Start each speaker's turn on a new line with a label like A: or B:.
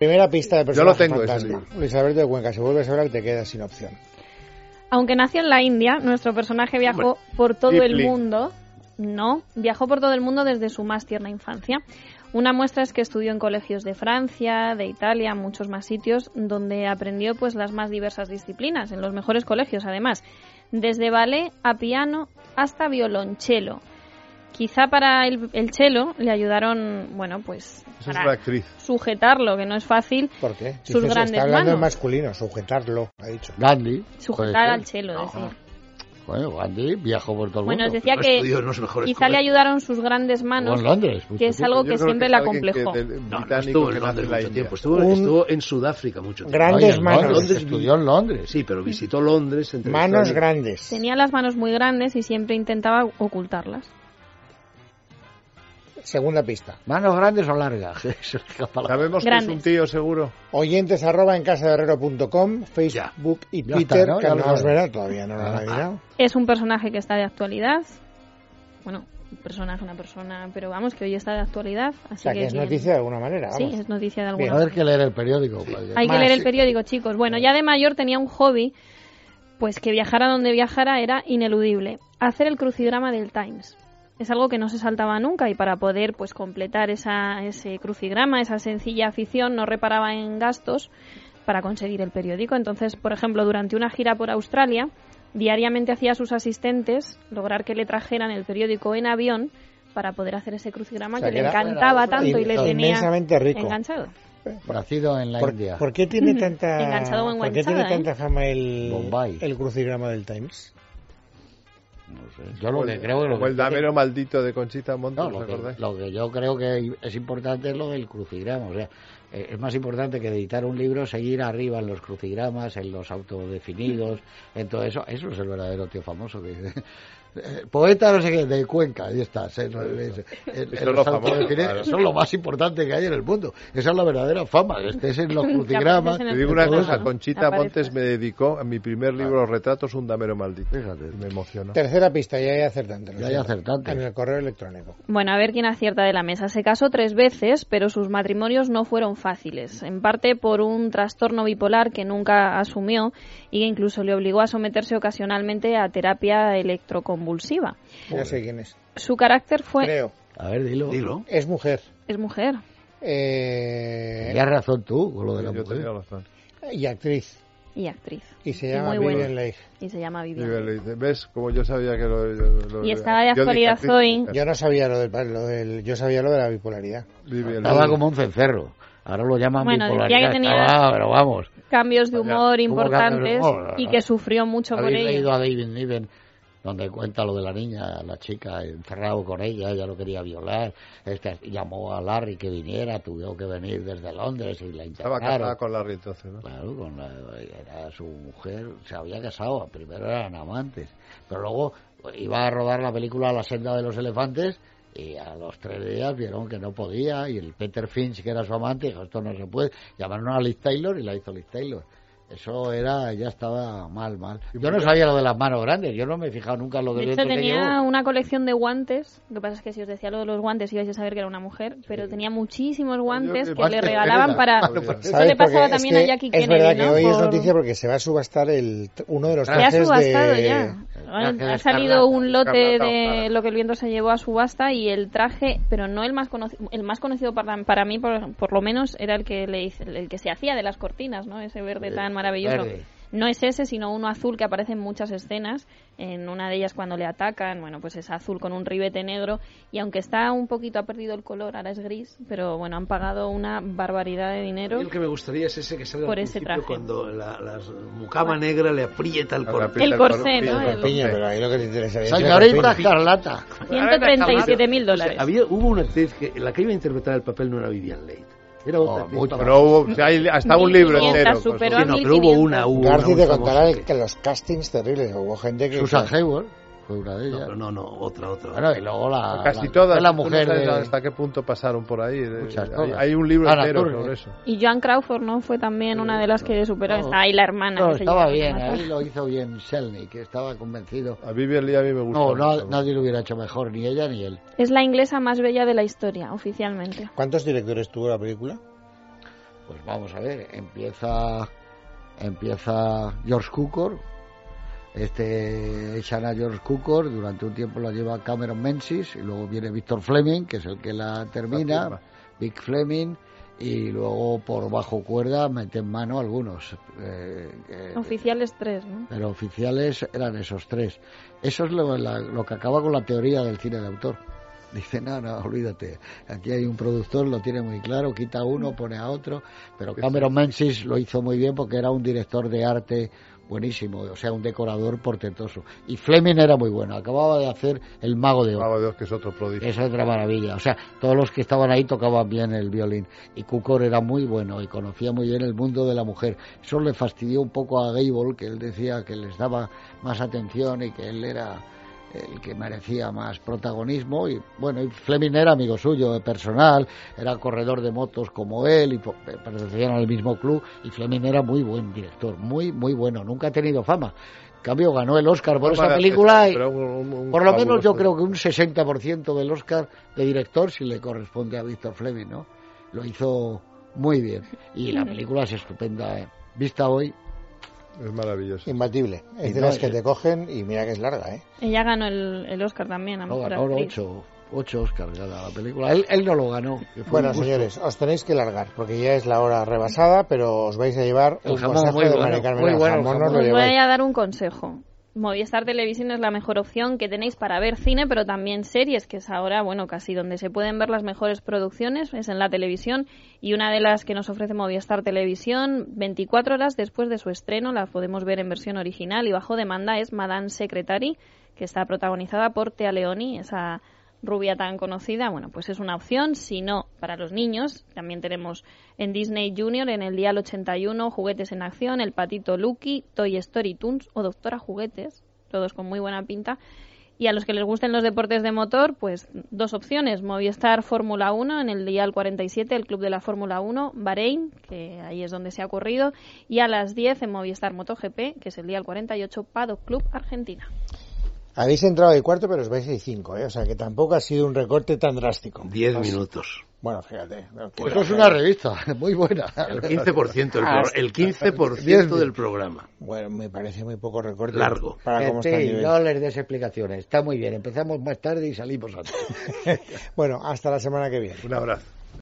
A: Primera pista de
B: Yo
A: personaje
B: lo tengo ese
A: fantasma.
B: libro.
A: Luis Alberto de Cuenca, si vuelves a hablar te quedas sin opción.
C: Aunque nació en la India, nuestro personaje viajó por todo el
B: Ghibli.
C: mundo. No, viajó por todo el mundo desde su más tierna infancia. Una muestra es que estudió en colegios de Francia, de Italia, muchos más sitios, donde aprendió pues las más diversas disciplinas, en los mejores colegios además, desde ballet a piano hasta violonchelo. Quizá para el, el chelo le ayudaron, bueno, pues
B: Esa es la
C: para
B: actriz.
C: sujetarlo, que no es fácil,
A: ¿Por qué? Si
C: Sus
A: se- se
C: grandes
A: está hablando en
C: manos.
A: masculino, sujetarlo, ha dicho.
D: Gandhi.
C: sujetar
D: puede
C: al
D: ser.
C: chelo, decía.
D: Bueno, Gandhi viajó por todo el
C: Bueno, os
D: mundo.
C: decía
E: No
C: que
E: estudió en los mejores
C: quizá le
E: colegios.
C: ayudaron sus grandes
D: Estuvo
C: manos,
D: en Londres.
C: que es algo
B: Yo
C: que
B: creo
C: siempre
B: es
C: la
B: alguien que-
C: complejó.
B: del
E: No, no
B: británico
E: estuvo
B: que
E: en
B: nace
E: Londres
B: en la
E: mucho
B: India.
E: tiempo. Estuvo,
A: Un-
E: estuvo en Sudáfrica mucho tiempo.
A: Gran- Grandes
D: en
A: manos.
D: Londres,
E: Londres
D: estudió en Londres.
E: Sí, pero visitó Londres. entrevistó
A: Manos
E: a-
A: grandes.
C: Tenía las manos muy grandes y siempre intentaba ocultarlas.
A: Segunda pista.
D: Manos grandes o largas. Eso es la palabra.
B: Sabemos que es un
C: Grandes.
B: tío seguro.
A: Oyentes arroba en casa de herrero.com,
E: Ya.
A: Facebook y
D: Ya
A: Twitter,
D: está, ¿no?
A: que
D: Ya
A: no
D: lo
A: os
D: sabes.
A: verá todavía, no lo
D: Ah.
A: han adivinado.
C: Es un personaje que está de actualidad. Bueno, un personaje, una persona, pero vamos, que hoy está de actualidad.
A: O
C: Así
A: sea, que es
C: bien.
A: noticia de alguna manera,
C: Sí,
A: vamos.
C: es noticia de
D: Va
C: alguna
D: a haber
C: manera.
D: que leer el periódico. pues, Claudia.
C: Hay que
A: Más,
C: leer el
A: sí.
C: periódico, chicos. Bueno, ya de mayor tenía un hobby, pues que viajara donde viajara era ineludible. Hacer el crucigrama del Times. Es algo que no se saltaba nunca y para poder pues completar esa, ese crucigrama, esa sencilla afición, no reparaba en gastos para conseguir el periódico. Entonces, por ejemplo, durante una gira por Australia, diariamente hacía a sus asistentes lograr que le trajeran el periódico en avión para poder hacer ese crucigrama
A: O sea,
C: que,
A: que
C: le
A: era
C: encantaba tanto y le
A: in-
C: tenía
A: inmensamente rico.
C: enganchado.
D: Nacido en la
A: ¿Por,
D: India.
A: por qué tiene tanta,
C: Enganchado o
A: ¿por qué tiene
C: enganchada, ¿eh?
A: tanta fama el,
D: Bombay.
A: el crucigrama del Times?
D: Yo lo que creo que lo
B: Como
D: que-
B: el damero maldito de Conchita Montes,
D: No,
B: ¿os
D: lo que,
B: acordáis?
D: lo que yo creo que es importante es lo del crucigrama. O sea, eh, es más importante que editar un libro, seguir arriba en los crucigramas, en los autodefinidos, en todo eso. Eso es el verdadero tío famoso. Que, eh, poeta, no sé qué, de Cuenca, ahí está. se- es- en-
B: es
D: en
B: lo
D: los
B: famoso,
D: autodefinidos,
B: claro.
D: Eso es lo más importante que hay en el mundo. Esa es la verdadera fama. Estés en los crucigramas.
C: apareces en
B: Te
C: el
B: digo una
D: todo
C: crucigrama,
B: cosa,
D: eso.
C: ¿no?
B: Conchita
C: Aparece.
B: Montes me dedicó a mi primer libro, Retratos, un damero maldito.
D: Fíjate.
B: Y me emocionó.
A: Tercera pista, ya hay acertante. lo
D: Ya hay
A: siento.
D: acertantes.
A: En el correo electrónico.
C: Bueno, a ver quién acierta de la mesa. Se casó tres veces, pero sus matrimonios no fueron fáciles, en parte por un trastorno bipolar que nunca asumió y que incluso le obligó a someterse ocasionalmente a terapia electroconvulsiva.
A: Ya sé quién es.
C: Su carácter fue...
A: Creo.
D: A ver, dilo.
E: Dilo.
A: Es mujer.
C: Es mujer.
A: Eh,
D: Tenías razón tú con lo de la
B: Yo
D: mujer.
B: tenía razón.
A: y actriz.
C: Y actriz.
A: Y se
C: Y
A: llama
C: muy buena.
A: Vivian Leigh.
C: Y se llama
B: Y me
C: Vivian.
B: lo dice, ¿Ves? Como yo sabía que lo... lo- lo-
C: Y estaba de
B: yo dije,
C: actualidad
B: actriz,
C: hoy.
B: mujer.
A: Yo no sabía lo del, lo del- yo sabía lo de la bipolaridad.
B: Vive el-
D: Estaba como un cencerro. Ahora lo llaman
C: Bueno, decía
D: bipolaridad.
C: que tenía-
D: Estaba, pero vamos.
C: Cambios de
B: Vaya,
C: humor
D: ¿cómo cambios de
C: importantes
D: humor?
C: y que sufrió mucho por
D: ¿Habéis
C: ello.
D: leído a David Niven, donde cuenta lo de la niña, la chica encerrado con ella, ella lo quería violar, este, llamó a Larry que viniera, tuvo que venir desde Londres y la
B: Estaba
D: internaron.
B: casada con Larry entonces, ¿no?
D: Claro, con la- era su mujer, se había casado, primero eran amantes, pero luego iba a rodar la película La senda de los elefantes y a los tres días vieron que no podía y el Peter Finch, que era su amante, dijo, esto no se puede, llamaron a Liz Taylor y la hizo Liz Taylor. Eso era, ya estaba mal, mal. Yo no sabía lo de las manos grandes, yo no me he fijado nunca en lo
C: De
D: de
C: hecho,
D: dentro que
C: tenía
D: llevó.
C: una colección de guantes. Lo que pasa es que si os decía lo de los guantes ibais a saber que era una mujer, pero tenía muchísimos guantes
B: Yo-
C: que
B: más
C: le
B: que pena.
C: regalaban para...
B: Bueno, pues,
C: Eso
A: ¿Sabes?
C: le pasaba
A: Porque es
C: también
A: que
C: a Jackie
A: Es
C: Kennedy,
A: verdad que
C: ¿no?
A: hoy es
C: Por-
A: noticia porque se va a subastar el, uno de los
C: Se ha
A: trajes
C: subastado
A: de...
C: ya.
D: traje de
C: Ha salido
D: Escarlata,
C: un lote
B: Escarlata,
C: de
B: para.
C: lo que el viento se llevó a subasta y el traje, pero no el más conocido, el más conocido para, para mí, por, por lo menos, era el que le hice- el que se hacía de las cortinas, ¿no? Ese verde
D: Eh,
C: tan maravilloso.
D: verde.
C: No es ese, sino uno azul que aparece en muchas escenas. En una de ellas cuando le atacan, bueno, pues es azul con un ribete negro y aunque está un poquito ha perdido el color, ahora es gris, pero bueno, han pagado una barbaridad de
E: A
C: dinero.
E: mí El que me gustaría es ese que sale
C: Por
E: al
C: ese
E: principio
C: traje.
E: cuando la, la mucama negra le aprieta el
B: La
E: corte.
B: aprieta
C: El corsé,
B: corpiño,
C: ¿no?
B: el
C: El-
B: corpiño,
A: Piña,
B: pero-
A: pero ahí lo que te interesaría es
D: Señorita
A: la cortina.
D: Escarlata.
C: 137.000
E: O sea,
C: dólares.
E: había, hubo una actriz que la que iba a interpretar el papel no era Vivian Leigh. Era otra
D: Oh,
E: actriz.
D: puta
B: Pero hubo, o sea, hay hasta un libro
C: 1500
B: entero. pues, con
C: superó
B: sus-
E: Sí, no, pero hubo una, hubo una,
A: Garci
E: muy
A: te
E: famosa
A: contará el-
E: que-
A: que los castings terribles. Hubo gente que...
D: Susan Hayward fue una de
E: No,
D: ellas.
E: pero no, no, otra, otra.
D: Bueno, y luego la...
B: Casi
D: la-
B: todas.
D: Ah, La
B: tú no
D: mujer
B: sabes
D: de...
B: hasta qué punto pasaron por ahí. de-
D: Muchas
B: hay-
D: todas.
B: hay, un libro
D: Ana
B: entero
D: Turner.
B: sobre eso.
C: Y Joan Crawford, ¿no? Fue también una de las que superó.
D: no.
C: Está ahí la hermana.
D: No,
C: que se
D: estaba
C: lleva
D: bien, ¿eh?
C: a matar.
D: ahí lo hizo bien Selnik, que estaba convencido.
B: A Vivian Lee a mí me gusta.
D: No, no,
B: mucho.
D: nadie lo hubiera hecho mejor, ni ella ni él. Eh,
C: Es la inglesa más bella de la historia, oficialmente.
A: ¿Cuántos directores tuvo la película?
D: Pues vamos a ver, empieza empieza George Cukor. Este echan a George Cukor, durante un tiempo la lleva Cameron Menzies y luego viene Víctor Fleming, que es el que la termina,
B: firma.
D: Vic Fleming y luego por bajo cuerda meten mano algunos. eh, eh,
C: Oficiales tres, ¿no?
D: pero oficiales eran esos tres. Eso es lo, la- lo que acaba con la teoría del cine de autor. Dice, no, no, olvídate. Aquí hay un productor, lo tiene muy claro, quita a uno, pone a otro. Pero Cameron Menzies lo hizo muy bien porque era un director de arte buenísimo, o sea, un decorador portentoso. Y Fleming era muy bueno, acababa de hacer El Mago de Oz.
B: Mago de Dios, que es otro prodigio.
D: Esa es otra maravilla. O sea, todos los que estaban ahí tocaban bien el violín. Y Cukor era muy bueno y conocía muy bien el mundo de la mujer. Eso le fastidió un poco a Gable, que él decía que les daba más atención y que él era el que merecía más protagonismo. Y bueno, y Fleming era amigo suyo, eh, personal, era corredor de motos como él y po- eh, pertenecían al mismo club. Y Fleming era muy buen director, muy, muy bueno. Nunca ha tenido fama. En cambio, ganó el Oscar por
B: Fama
D: esa
B: de
D: película.
B: artista, pero
D: y-
B: un- un- un
D: por lo menos
B: fabuloso.
D: yo creo que un 60% del Oscar de director si le corresponde a Víctor Fleming, ¿no? Lo hizo muy bien. Y la película es estupenda, ¿eh? Vista hoy,
B: Es maravilloso.
A: Imbatible. Es
D: Y
A: de
D: no,
A: las que
D: eh,
A: te cogen y mira que es larga, ¿eh?
C: Ella ganó el, el Oscar también, a
D: no,
C: mejor
D: ganó
C: actriz.
D: ocho, ocho Oscars ya la película. Él, él no lo ganó. que fue
A: Bueno,
D: un gusto.
A: señores, os tenéis que largar porque ya es la hora rebasada, pero os vais a llevar
D: El
A: un
D: jamón,
A: consejo
D: muy
A: de
D: bueno,
A: María Carmen.
D: muy
A: El
D: bueno el
A: jamón
D: jamón.
A: os lo
C: Os voy
A: lleváis.
C: a dar un consejo. Movistar Televisión es la mejor opción que tenéis para ver cine, pero también series, que es ahora, bueno, casi donde se pueden ver las mejores producciones, es en la televisión. Y una de las que nos ofrece Movistar Televisión, 24 horas después de su estreno, la podemos ver en versión original y bajo demanda, es Madame Secretary, que está protagonizada por Tea Leoni, esa rubia tan conocida, bueno, pues es una opción. Si no, para los niños, también tenemos en Disney Junior, en el Dial 81, Juguetes en Acción, El Patito Lucky, Toy Story Toons o Doctora Juguetes, todos con muy buena pinta. Y a los que les gusten los deportes de motor, pues dos opciones. Movistar Fórmula 1 en el Dial 47, el Club de la Fórmula 1, Bahrein, que ahí es donde se ha ocurrido. Y a las 10 en Movistar MotoGP, que es el Dial 48, Paddock Club Argentina.
A: Habéis entrado de cuarto, pero os vais de cinco, ¿eh? O sea que tampoco ha sido un recorte tan drástico.
E: Diez
A: Os-
E: minutos.
A: Bueno, fíjate. no, que-
D: Eso es una revista, muy buena.
E: El 15%, del pro- el 15% del programa.
A: Bueno, me parece muy poco recorte.
E: Largo.
A: Para cómo está el
D: Sí,
A: nivel.
D: no les des explicaciones. Está muy bien. Empezamos más tarde y salimos antes.
A: Bueno, hasta la semana que viene.
B: Un abrazo.